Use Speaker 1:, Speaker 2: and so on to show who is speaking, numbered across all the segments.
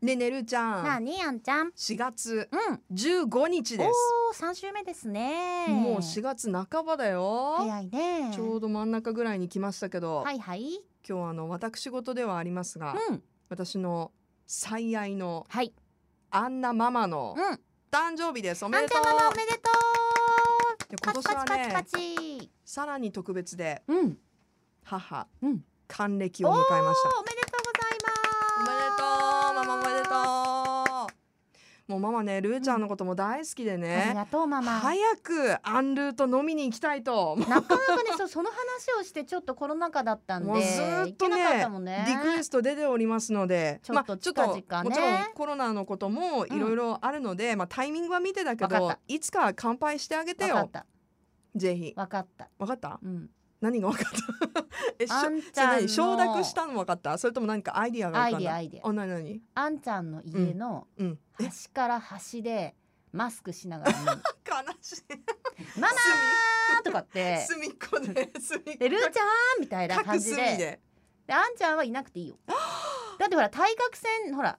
Speaker 1: ねえねるち
Speaker 2: な
Speaker 1: ゃ
Speaker 2: あ
Speaker 1: ん
Speaker 2: にあんちゃん。
Speaker 1: 4月
Speaker 2: うん。
Speaker 1: 15日です
Speaker 2: おお、三週目ですね。
Speaker 1: もう4月半ばだよ
Speaker 2: 早いね。
Speaker 1: ちょうど真ん中ぐらいに来ましたけど、
Speaker 2: はいはい。
Speaker 1: 今日あの私事ではありますが、
Speaker 2: うん。
Speaker 1: 私の最愛の
Speaker 2: はい。
Speaker 1: アンナママの
Speaker 2: うん。あん
Speaker 1: 誕生日ですお
Speaker 2: ち
Speaker 1: め
Speaker 2: ゃん
Speaker 1: でとう
Speaker 2: ママおめでとう。
Speaker 1: で
Speaker 2: パ
Speaker 1: 今
Speaker 2: チ
Speaker 1: 年
Speaker 2: パ
Speaker 1: は
Speaker 2: チパチパ
Speaker 1: ね
Speaker 2: チ。
Speaker 1: さらに特別で
Speaker 2: うん。
Speaker 1: 母、
Speaker 2: うん
Speaker 1: 還暦を迎えました
Speaker 2: おーおめでとうござい
Speaker 1: おめでとう
Speaker 2: ます。
Speaker 1: ママおめでと
Speaker 2: う。
Speaker 1: うもうママねルーちゃんのことも大好きで
Speaker 2: あり
Speaker 1: ね、
Speaker 2: がとうママ。
Speaker 1: 早くアンルーと飲みに行きたいと
Speaker 2: なかなかね、そうその話をしてちょっとコロナ禍だったんで、
Speaker 1: もうずーっとね
Speaker 2: 行けなかったもんね。
Speaker 1: リクエスト出ておりますので、
Speaker 2: ちょっと
Speaker 1: まあ
Speaker 2: 近々
Speaker 1: ち
Speaker 2: ね
Speaker 1: ょっともちろんコロナのこともいろいろあるので、まあタイミングは見てたけ
Speaker 2: わかっ
Speaker 1: ど
Speaker 2: た、
Speaker 1: いつか乾杯してあげて
Speaker 2: わか
Speaker 1: よ
Speaker 2: っ。た。
Speaker 1: ぜひ。
Speaker 2: わかった。
Speaker 1: わかった？
Speaker 2: うん。
Speaker 1: 何がわかった？ え、しょ
Speaker 2: あんち
Speaker 1: それ
Speaker 2: ゃん
Speaker 1: 何
Speaker 2: の
Speaker 1: 承諾したのわかった？それとも何かアイディアが浮
Speaker 2: アイ
Speaker 1: かん
Speaker 2: ディア
Speaker 1: だ？
Speaker 2: アイディア。
Speaker 1: あ、なになに？
Speaker 2: あんちゃんの家の
Speaker 1: うん。え、悲
Speaker 2: 端から端でマスクしなが ら飲む
Speaker 1: しい。
Speaker 2: ママーとかって
Speaker 1: 隅っこで隅っこ。
Speaker 2: でルーちゃんみたいな感
Speaker 1: 各
Speaker 2: じ
Speaker 1: 隅
Speaker 2: でで
Speaker 1: で。
Speaker 2: あんちゃんはいなくてい いよだってほら対角線ほら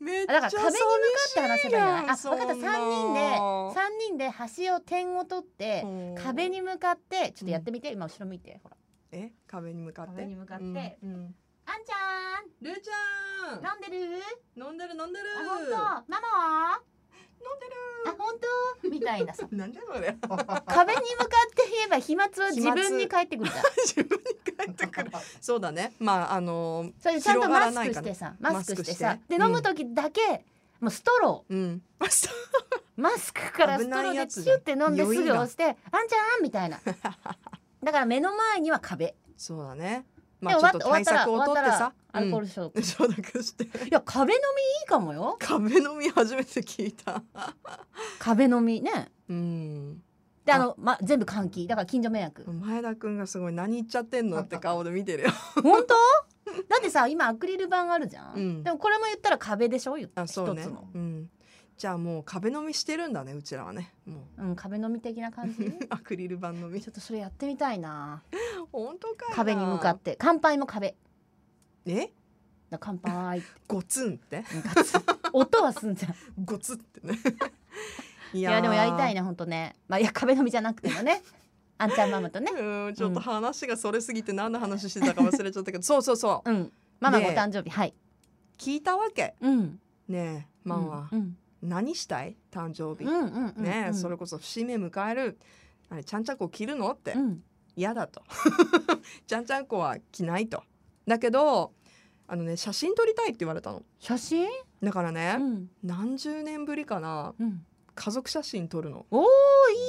Speaker 1: めっち
Speaker 2: だ
Speaker 1: ゃ
Speaker 2: から
Speaker 1: 寂しい
Speaker 2: 壁に向かって話せばいいんじゃないあ
Speaker 1: そんな
Speaker 2: 分かった三人で三人で端を点を取って
Speaker 1: うん
Speaker 2: 壁に向かってちょっとやってみて、今後ろ向いてほら
Speaker 1: え壁に向かって
Speaker 2: 壁に向かって
Speaker 1: うんうん
Speaker 2: あんちゃ
Speaker 1: ルーちゃん
Speaker 2: ん飲んでる
Speaker 1: 飲んでる飲んでる
Speaker 2: あ本当 ママは
Speaker 1: 飲んで
Speaker 2: あ本当みた いなさ
Speaker 1: るなんじゃそれ
Speaker 2: 壁に向かって言えば飛沫は自分に返ってくるじゃん
Speaker 1: 自分に返って くるそうだねまああのー
Speaker 2: それでちゃんと
Speaker 1: 広が
Speaker 2: マ
Speaker 1: ら
Speaker 2: ス
Speaker 1: ない
Speaker 2: ク
Speaker 1: か
Speaker 2: し
Speaker 1: ら
Speaker 2: てさマスクしてさ
Speaker 1: マスクして
Speaker 2: で飲む時だけ、もうストロ
Speaker 1: うん
Speaker 2: ーマスクからストロ
Speaker 1: 危ない
Speaker 2: ー
Speaker 1: や
Speaker 2: で
Speaker 1: つ
Speaker 2: チ
Speaker 1: だ
Speaker 2: ュって飲んで
Speaker 1: 余
Speaker 2: す
Speaker 1: 韻
Speaker 2: ぐ
Speaker 1: が
Speaker 2: 押して「あんちゃん」みた いなだから目の前には壁
Speaker 1: そうだね
Speaker 2: で
Speaker 1: まあちょっと対策をとってさ
Speaker 2: アルコー
Speaker 1: ル
Speaker 2: ル消 毒、
Speaker 1: 承諾して
Speaker 2: いや壁飲みいいかもよ
Speaker 1: 壁飲み初めて聞いた
Speaker 2: 壁飲みね
Speaker 1: うん
Speaker 2: であのま、全部換気だから近所迷 惑
Speaker 1: 前田くんがすごい何言っちゃってんのって顔で見てる よ
Speaker 2: 本当だってさ今アクリル板あるじゃん、
Speaker 1: うん
Speaker 2: でもこれも言ったら壁でしょ言った
Speaker 1: あ
Speaker 2: 一つ
Speaker 1: そうね
Speaker 2: の、
Speaker 1: うんじゃあもう壁飲みしてるんだねうち らはねも
Speaker 2: うん、壁飲み的 な感じ
Speaker 1: うアクリル板飲み
Speaker 2: ちょっとそれやってみたいな
Speaker 1: 本当かいな
Speaker 2: 壁に向かって乾杯も壁
Speaker 1: え
Speaker 2: だから乾杯って
Speaker 1: ゴツンって
Speaker 2: ガツッ 音はすんじゃんい
Speaker 1: ゴツって ねい
Speaker 2: やでもやりたい
Speaker 1: な
Speaker 2: ねほんとねまあいや壁飲みじゃなくて もねあんちゃんママとね
Speaker 1: うんちょっと話がそれすぎて何の話してたか忘れちゃったけ どそうそうそう
Speaker 2: うんママご
Speaker 1: ねえ
Speaker 2: 誕生日はい
Speaker 1: 聞いたわけ
Speaker 2: うん
Speaker 1: ねえマンは、
Speaker 2: うん
Speaker 1: 何したい誕生
Speaker 2: う
Speaker 1: 日、
Speaker 2: んうんうんうん
Speaker 1: ねえそれこそ節目迎えるあれちゃんちゃんこ着るのって
Speaker 2: うん
Speaker 1: 嫌だと ちゃんちゃんこは着ないとだけどあのね写真撮りたいって言われたの
Speaker 2: 写真
Speaker 1: だからね、
Speaker 2: うん
Speaker 1: 何十年ぶりかな
Speaker 2: うん
Speaker 1: 家族写真撮るの
Speaker 2: おーい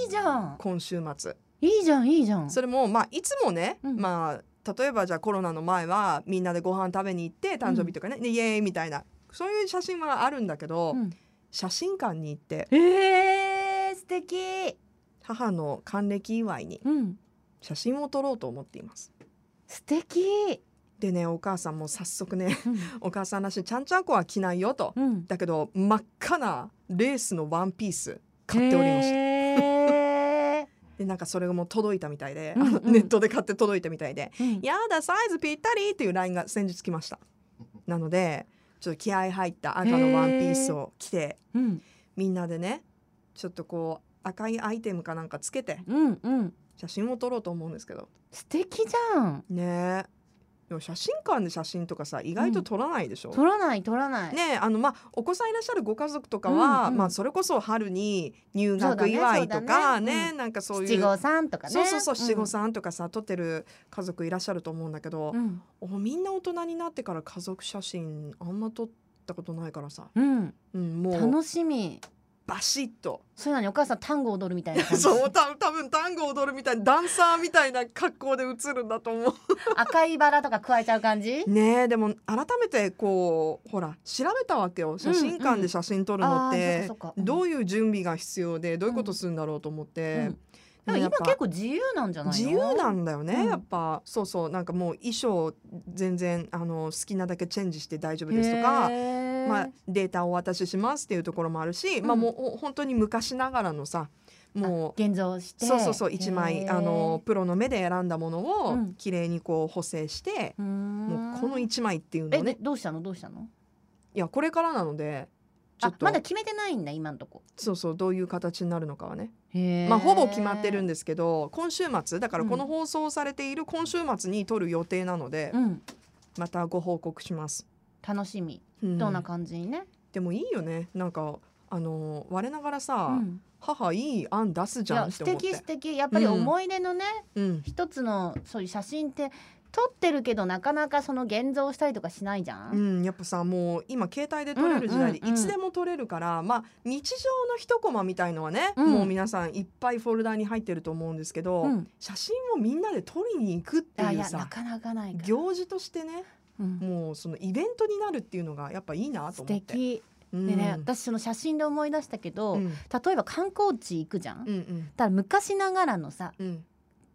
Speaker 2: いじゃん
Speaker 1: 今週末
Speaker 2: いいじゃんいいじゃん
Speaker 1: それもまあいつもね、
Speaker 2: うん
Speaker 1: まあ例えばじゃあコロナの前はみんなでご飯食べに行って誕生日とかね、でイエーイみたいなそういう写真はあるんだけど、
Speaker 2: うん
Speaker 1: 写真館に行って
Speaker 2: えー素敵
Speaker 1: 母の還暦祝いに
Speaker 2: うん
Speaker 1: 写真を撮ろうと思っています。
Speaker 2: 素敵
Speaker 1: でねお母さんも早速ね
Speaker 2: うん
Speaker 1: お母さんらしいちゃんちゃんこは着ないよと
Speaker 2: うん
Speaker 1: だけど真っ赤なレースのワンピース買っておりました。
Speaker 2: へー
Speaker 1: でなんかそれがもう届いたみたいで、
Speaker 2: うんうん
Speaker 1: あのネットで買って届いたみたいで
Speaker 2: う
Speaker 1: 「
Speaker 2: ん
Speaker 1: やだサイズぴったり!」っていうラインが先日来ましたなのでちょっと気合入った赤のワンピースを着て
Speaker 2: うん
Speaker 1: みんなでねちょっとこう赤いアイテムかなんかつけて
Speaker 2: うんうん
Speaker 1: 写真を撮ろうと思うんですけど
Speaker 2: 素敵じゃん
Speaker 1: ねえでも写真館で写真とかさ意外と撮らないでしょ、
Speaker 2: 取らない取らない、
Speaker 1: ねえあのまあお子さんいらっしゃるご家族とかは、
Speaker 2: うんうん
Speaker 1: まあ、それこそ春に入学祝いと
Speaker 2: そうだ
Speaker 1: か
Speaker 2: ねそうだね
Speaker 1: ね
Speaker 2: う
Speaker 1: なんかそういう
Speaker 2: 七五三とかね
Speaker 1: そうそうそう七五三とかさ、撮ってる家族いらっしゃると思うんだけど
Speaker 2: う、ん
Speaker 1: おみんな大人になってから家族写真あんま撮ったことないからさ、
Speaker 2: うん、
Speaker 1: うん、も
Speaker 2: う
Speaker 1: うん
Speaker 2: 楽しみ
Speaker 1: バシッと
Speaker 2: そういうのにお母さん単語踊るみたいな感じ
Speaker 1: そうた多分単語踊るみたいなダンサーみたいな格好で写るんだと思
Speaker 2: 赤いバラとか加えちゃう感じ
Speaker 1: うねえでも改めてこうほら調べたわけよ写真館で写真撮るのっ
Speaker 2: あー
Speaker 1: て
Speaker 2: そっかそっかうん
Speaker 1: どういう準備が必要でどういうことするんだろうと思って、
Speaker 2: うんでも
Speaker 1: や
Speaker 2: 今
Speaker 1: っぱ
Speaker 2: 結構自由なんじゃないの
Speaker 1: 自由なんだよね、
Speaker 2: うん
Speaker 1: やっぱそうそうなんかもう衣装全然あの好きなだけチェンジして大丈夫ですとか、
Speaker 2: へー
Speaker 1: まあ、データをお渡ししますっていうところもあるし、
Speaker 2: うん
Speaker 1: まあもうお本当に昔ながらのさもう
Speaker 2: 現像して
Speaker 1: そうそうそう一枚あのプロの目で選んだもの
Speaker 2: う
Speaker 1: を
Speaker 2: ん
Speaker 1: 綺麗にこう補正して、も
Speaker 2: も
Speaker 1: うこの一枚っていうの
Speaker 2: え
Speaker 1: を
Speaker 2: で
Speaker 1: ね
Speaker 2: どうしたのどうしたの
Speaker 1: いやこれからなのでちょ
Speaker 2: あ
Speaker 1: っと
Speaker 2: まだ決めてないんだ今んとこ
Speaker 1: そうそうどういう形になるのかはね、
Speaker 2: ま
Speaker 1: まあ、ほぼ決まってるん
Speaker 2: で、
Speaker 1: ですけど今週末だからこの放送されている今週末に撮る予定なので、
Speaker 2: うん、
Speaker 1: またご報告します。
Speaker 2: 楽しみ
Speaker 1: うん
Speaker 2: どんな感じにね、
Speaker 1: でもいいよねなんかあの我ながらさ、
Speaker 2: うん
Speaker 1: 母いい案出す
Speaker 2: い
Speaker 1: じゃん
Speaker 2: や
Speaker 1: って
Speaker 2: 素
Speaker 1: 思って
Speaker 2: 敵素敵やっぱり思い出のね、
Speaker 1: うん、
Speaker 2: 一つのそういう写真って撮ってるけどなかなかその現像したりとかしないじゃん、
Speaker 1: うん、やっぱさもう今携帯で撮れる時代で
Speaker 2: うんうんう
Speaker 1: い
Speaker 2: ん
Speaker 1: つでも撮れるから、まあ日常の一コマみたいのはね、
Speaker 2: うん
Speaker 1: もう皆さんいっぱいフォルダに入ってると思うんですけど、
Speaker 2: うん
Speaker 1: 写真をみんなで撮りに行くって
Speaker 2: あい
Speaker 1: いう
Speaker 2: やな
Speaker 1: さ
Speaker 2: かなかないから、
Speaker 1: 行事としてね
Speaker 2: うん、
Speaker 1: もうそのイベントになるっていうのがやっぱいいなと
Speaker 2: 素
Speaker 1: 思って。
Speaker 2: 敵
Speaker 1: うん
Speaker 2: でね、私その写真で思い出したけど、
Speaker 1: うん
Speaker 2: 例えば観光地行くじゃん、
Speaker 1: う
Speaker 2: だ
Speaker 1: んうん
Speaker 2: から昔ながらのさ
Speaker 1: うん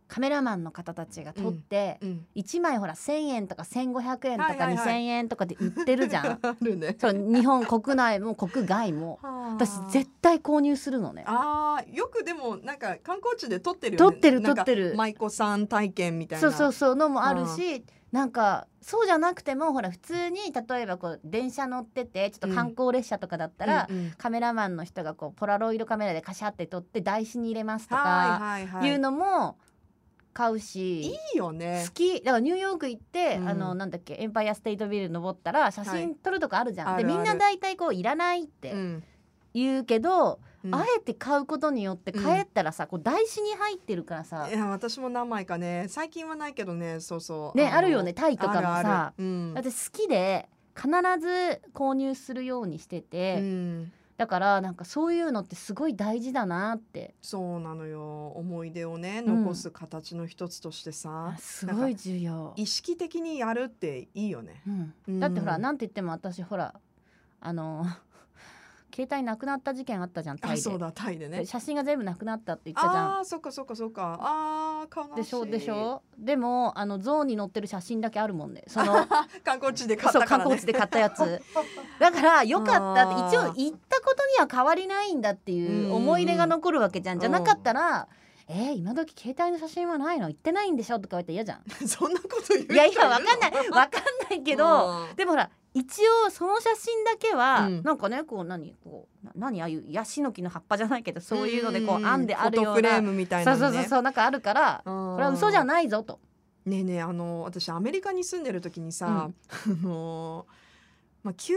Speaker 2: カメラマンの方たちが撮って、
Speaker 1: うん
Speaker 2: 一枚ほら1,000円とか1,500円とか
Speaker 1: はいはいはい
Speaker 2: 2,000円とかで売ってるじゃん、
Speaker 1: あるね。
Speaker 2: そう日本国内も国外も私絶対購入するのね
Speaker 1: あーよくでもなんか観光地で撮ってるよね
Speaker 2: 撮ってる
Speaker 1: なんか
Speaker 2: 撮ってる
Speaker 1: 舞妓さん体験みたい
Speaker 2: そ
Speaker 1: な
Speaker 2: うそうそうのもあるしなんかそうじゃなくてもほら普通に例えばこう電車乗っててちょっと観光列車とかだったら、
Speaker 1: うんうん
Speaker 2: カメラマンの人がこうポラロイドカメラでカシャって撮って台紙に入れますとか
Speaker 1: はいはいはい
Speaker 2: いうのも買うし、
Speaker 1: いいよね
Speaker 2: 好きだからニューヨーク行って、
Speaker 1: うん
Speaker 2: あのなんだっけエンパイアステートビル登ったら写
Speaker 1: はい
Speaker 2: 真撮るとこあるじゃん、
Speaker 1: あ
Speaker 2: で
Speaker 1: る
Speaker 2: みん
Speaker 1: あ
Speaker 2: な
Speaker 1: る
Speaker 2: 大体こういらないっ
Speaker 1: う
Speaker 2: て
Speaker 1: ん
Speaker 2: 言うけど、
Speaker 1: うん
Speaker 2: あえて買うことによって
Speaker 1: う
Speaker 2: 帰
Speaker 1: ん
Speaker 2: ったらさ、こう台紙に入ってるからさ
Speaker 1: い、や私も何枚かね最近はないけどねそうそう
Speaker 2: ね
Speaker 1: の
Speaker 2: あるよねタイとかもさ
Speaker 1: あるあるうん
Speaker 2: 私好きで必ず購入するようにしてて、
Speaker 1: うん
Speaker 2: だからなんかそういうのってすごい大事だなって
Speaker 1: そうなのよ思い出をね
Speaker 2: うん
Speaker 1: 残す形の一つとしてさ
Speaker 2: あ、すごい重要、
Speaker 1: 意識的にやるっていいよね
Speaker 2: うん
Speaker 1: うん
Speaker 2: だってほらなんて言っても私ほらあの 携帯なくなった事件あったじゃんタ
Speaker 1: あ
Speaker 2: イで
Speaker 1: そうだタイでね
Speaker 2: 写真が全部なくなったって言ったじゃん
Speaker 1: あーそっかそっかそっかあー悲しい
Speaker 2: でしょでしょでもあのゾーンに載ってる写真だけあるもんねその
Speaker 1: 観光地で買っ
Speaker 2: そう
Speaker 1: たか
Speaker 2: 観
Speaker 1: ら
Speaker 2: 光
Speaker 1: ね
Speaker 2: 地で買った やつだからよかったって一
Speaker 1: あー
Speaker 2: 応行ったことには変わりないんだってい
Speaker 1: うん
Speaker 2: う
Speaker 1: うん
Speaker 2: 思い出が残るわけじゃ
Speaker 1: うんん
Speaker 2: じゃなかったら「えー、今時携帯の写真はないの行ってないんでしょ」とか言って嫌じゃん
Speaker 1: そんなこと言 う人
Speaker 2: いやい
Speaker 1: る
Speaker 2: や
Speaker 1: の
Speaker 2: わかんない わかんないけど
Speaker 1: うん
Speaker 2: でもほら一応その写真だけは、
Speaker 1: うん
Speaker 2: なんかねこう何こうな何ああいうヤシの木の葉っぱじゃないけどそういうのでこう編んであるよ
Speaker 1: フォト
Speaker 2: う
Speaker 1: フレー
Speaker 2: な
Speaker 1: ムみたい
Speaker 2: そ
Speaker 1: な
Speaker 2: う
Speaker 1: の
Speaker 2: そう
Speaker 1: ね
Speaker 2: そうそうなんかあるから
Speaker 1: う
Speaker 2: こ
Speaker 1: ん
Speaker 2: れは嘘じゃないぞと。
Speaker 1: ねえねえあの私アメリカに住んでる時にさ、あのまあ、90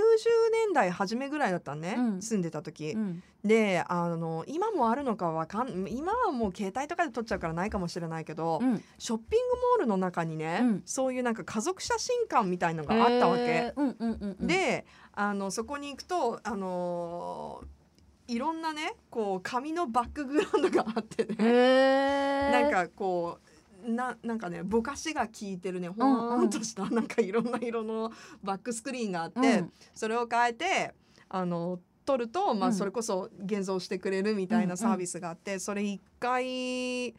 Speaker 1: 年代初めぐらいだったのね、
Speaker 2: うん
Speaker 1: 住んでた時、
Speaker 2: うん
Speaker 1: であの今もあるのかわかん今はもう携帯とかで撮っちゃうからないかもしれないけど、
Speaker 2: うん
Speaker 1: ショッピングモールの中にね、
Speaker 2: うん
Speaker 1: そういうなんか家族写真館みたいのがあったわけ、
Speaker 2: へーうんうんうんうん、
Speaker 1: であのそこに行くとあのいろんなねこう紙のバックグラウンドがあってね、
Speaker 2: へー
Speaker 1: なんかこうななんかねぼかしが効いてるねほーんとしたなんかいろんな色のバックスクリーンがあって、
Speaker 2: うん
Speaker 1: それを変えてあの撮ると、ま
Speaker 2: う
Speaker 1: あ、
Speaker 2: ん
Speaker 1: それこそ現像してくれるみたいなサービスがあって、それ一回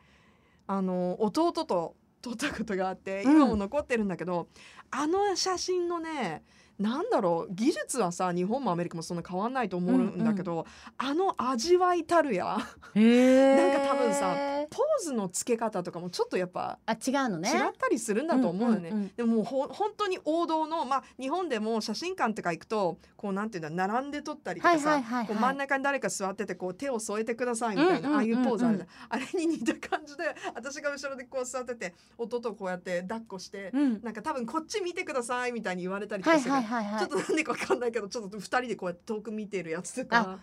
Speaker 1: あの弟と撮ったことがあって
Speaker 2: うん
Speaker 1: 今も残ってるんだけど、あの写真のねなんだろう技術はさ日本もアメリカもそんな変わんないと思うんだけど、あの味わいたるや
Speaker 2: な
Speaker 1: なんか多分さポーズの付け方とかもちょっとやっぱ
Speaker 2: あ違うの
Speaker 1: 違
Speaker 2: ね
Speaker 1: ったりするんだと思うよね。
Speaker 2: んんん
Speaker 1: でももうほ本当に王道の、まあ、日本でも写真館とか行くとこうなんていうんだ並んで撮ったりとかさ、
Speaker 2: はいはいはいはい
Speaker 1: こう真ん中に誰か座っててこう手を添えてくださいみたいな、
Speaker 2: うんうんうんうん
Speaker 1: ああいうポーズあるじゃんあれに似た感じで私が後ろでこう座ってて弟をこうやって抱っこして、
Speaker 2: うん
Speaker 1: なんか多分こっち見てくださいみたいに言われたりと
Speaker 2: は
Speaker 1: か
Speaker 2: い
Speaker 1: して、
Speaker 2: はいはいはい
Speaker 1: ちょっとなんでか分かんないけどちょっと2人でこうやって遠く見てるやつとか。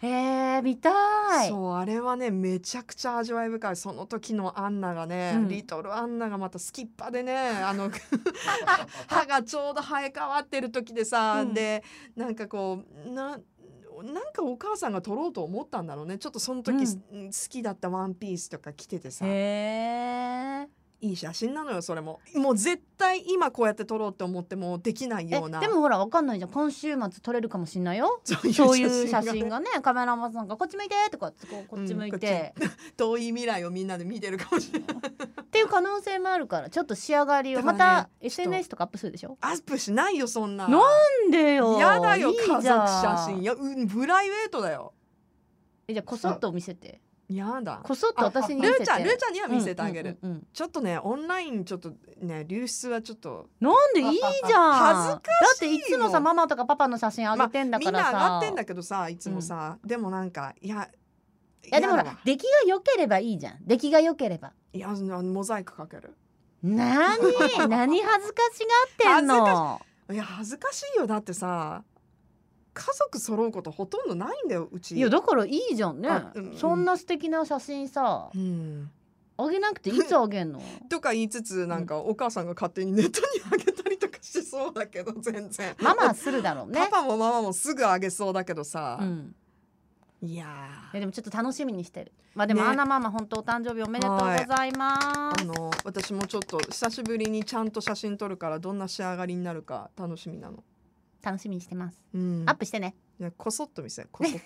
Speaker 2: へえ見たい
Speaker 1: そうあれはねめちゃくちゃ味わい深いその時のアンナがね、
Speaker 2: うん
Speaker 1: リトルアンナがまたスキッパでねあの歯がちょうど生え変わってる時でさ、
Speaker 2: うん
Speaker 1: でなんかこうななんかお母さんが撮ろうと思ったんだろうねちょっとその時、うん好きだったワンピースとか着ててさい
Speaker 2: へー
Speaker 1: い写真なのよそれももう絶対今こうやって撮ろうって思ってもできない
Speaker 2: え
Speaker 1: ような
Speaker 2: でもほらわかんないじゃん今週末撮れるかもしんない よ
Speaker 1: そういう
Speaker 2: そういう写
Speaker 1: がね
Speaker 2: 真がねカメラマンさんがこっち向いてとかこうこっち向いて、
Speaker 1: 遠い未来をみんなで見てるかもしれない。
Speaker 2: っていう可能性もあるからちょっと仕上がりを
Speaker 1: だから
Speaker 2: ま
Speaker 1: ねち
Speaker 2: た
Speaker 1: ょっと
Speaker 2: SNS とかアップするでしょ
Speaker 1: アップしないよそんな
Speaker 2: なんでよ
Speaker 1: やだよ
Speaker 2: いい
Speaker 1: 家族
Speaker 2: じゃん
Speaker 1: 写真いやうんプライベートだよ
Speaker 2: えじゃあこそっと見せて
Speaker 1: やだ
Speaker 2: こそっと私に見
Speaker 1: ル
Speaker 2: せて
Speaker 1: ーちゃんルーちゃんには見せてあげる、
Speaker 2: うんうんうん
Speaker 1: ちょっとねオンラインちょっとね流出はちょっと
Speaker 2: なんでいいじゃん
Speaker 1: 恥ずかしい
Speaker 2: だっていつもさ
Speaker 1: もう
Speaker 2: ママとかパパの写真あげてんだ
Speaker 1: み
Speaker 2: か
Speaker 1: ん
Speaker 2: ら
Speaker 1: な
Speaker 2: さ、
Speaker 1: 上がってんだけどさいつもさ、でもなんかいや
Speaker 2: いやでもほ
Speaker 1: 嫌だ
Speaker 2: ら
Speaker 1: わ
Speaker 2: 出来が良ければいいじゃん出来が良ければ
Speaker 1: いやあのモザイクかける
Speaker 2: なに何恥ずかしがってんの
Speaker 1: いや恥ずかしいよだってさ家族揃うことほとんどないんだようち
Speaker 2: いやだからいいじゃんね
Speaker 1: あうん
Speaker 2: そんな素敵な写真さ
Speaker 1: うん、
Speaker 2: あげなくていつあ げんの
Speaker 1: とか言いつつなんかお母さんが勝手にネットにあげたりとかしそうだけど全然
Speaker 2: ママはするだろうね
Speaker 1: パパもママもすぐあげそうだけどさ、
Speaker 2: うん
Speaker 1: いや
Speaker 2: い
Speaker 1: ー
Speaker 2: やでもちょっと楽しみにしてるまあでも、
Speaker 1: ね
Speaker 2: アンナママ本当お誕生日おめでとうございま
Speaker 1: あ
Speaker 2: す
Speaker 1: の私もちょっと久しぶりにちゃんと写真撮るからどんな仕上がりになるか楽しみなの。
Speaker 2: 楽しみにしてます
Speaker 1: うん
Speaker 2: アップしてね
Speaker 1: ねこそっと見せこそっと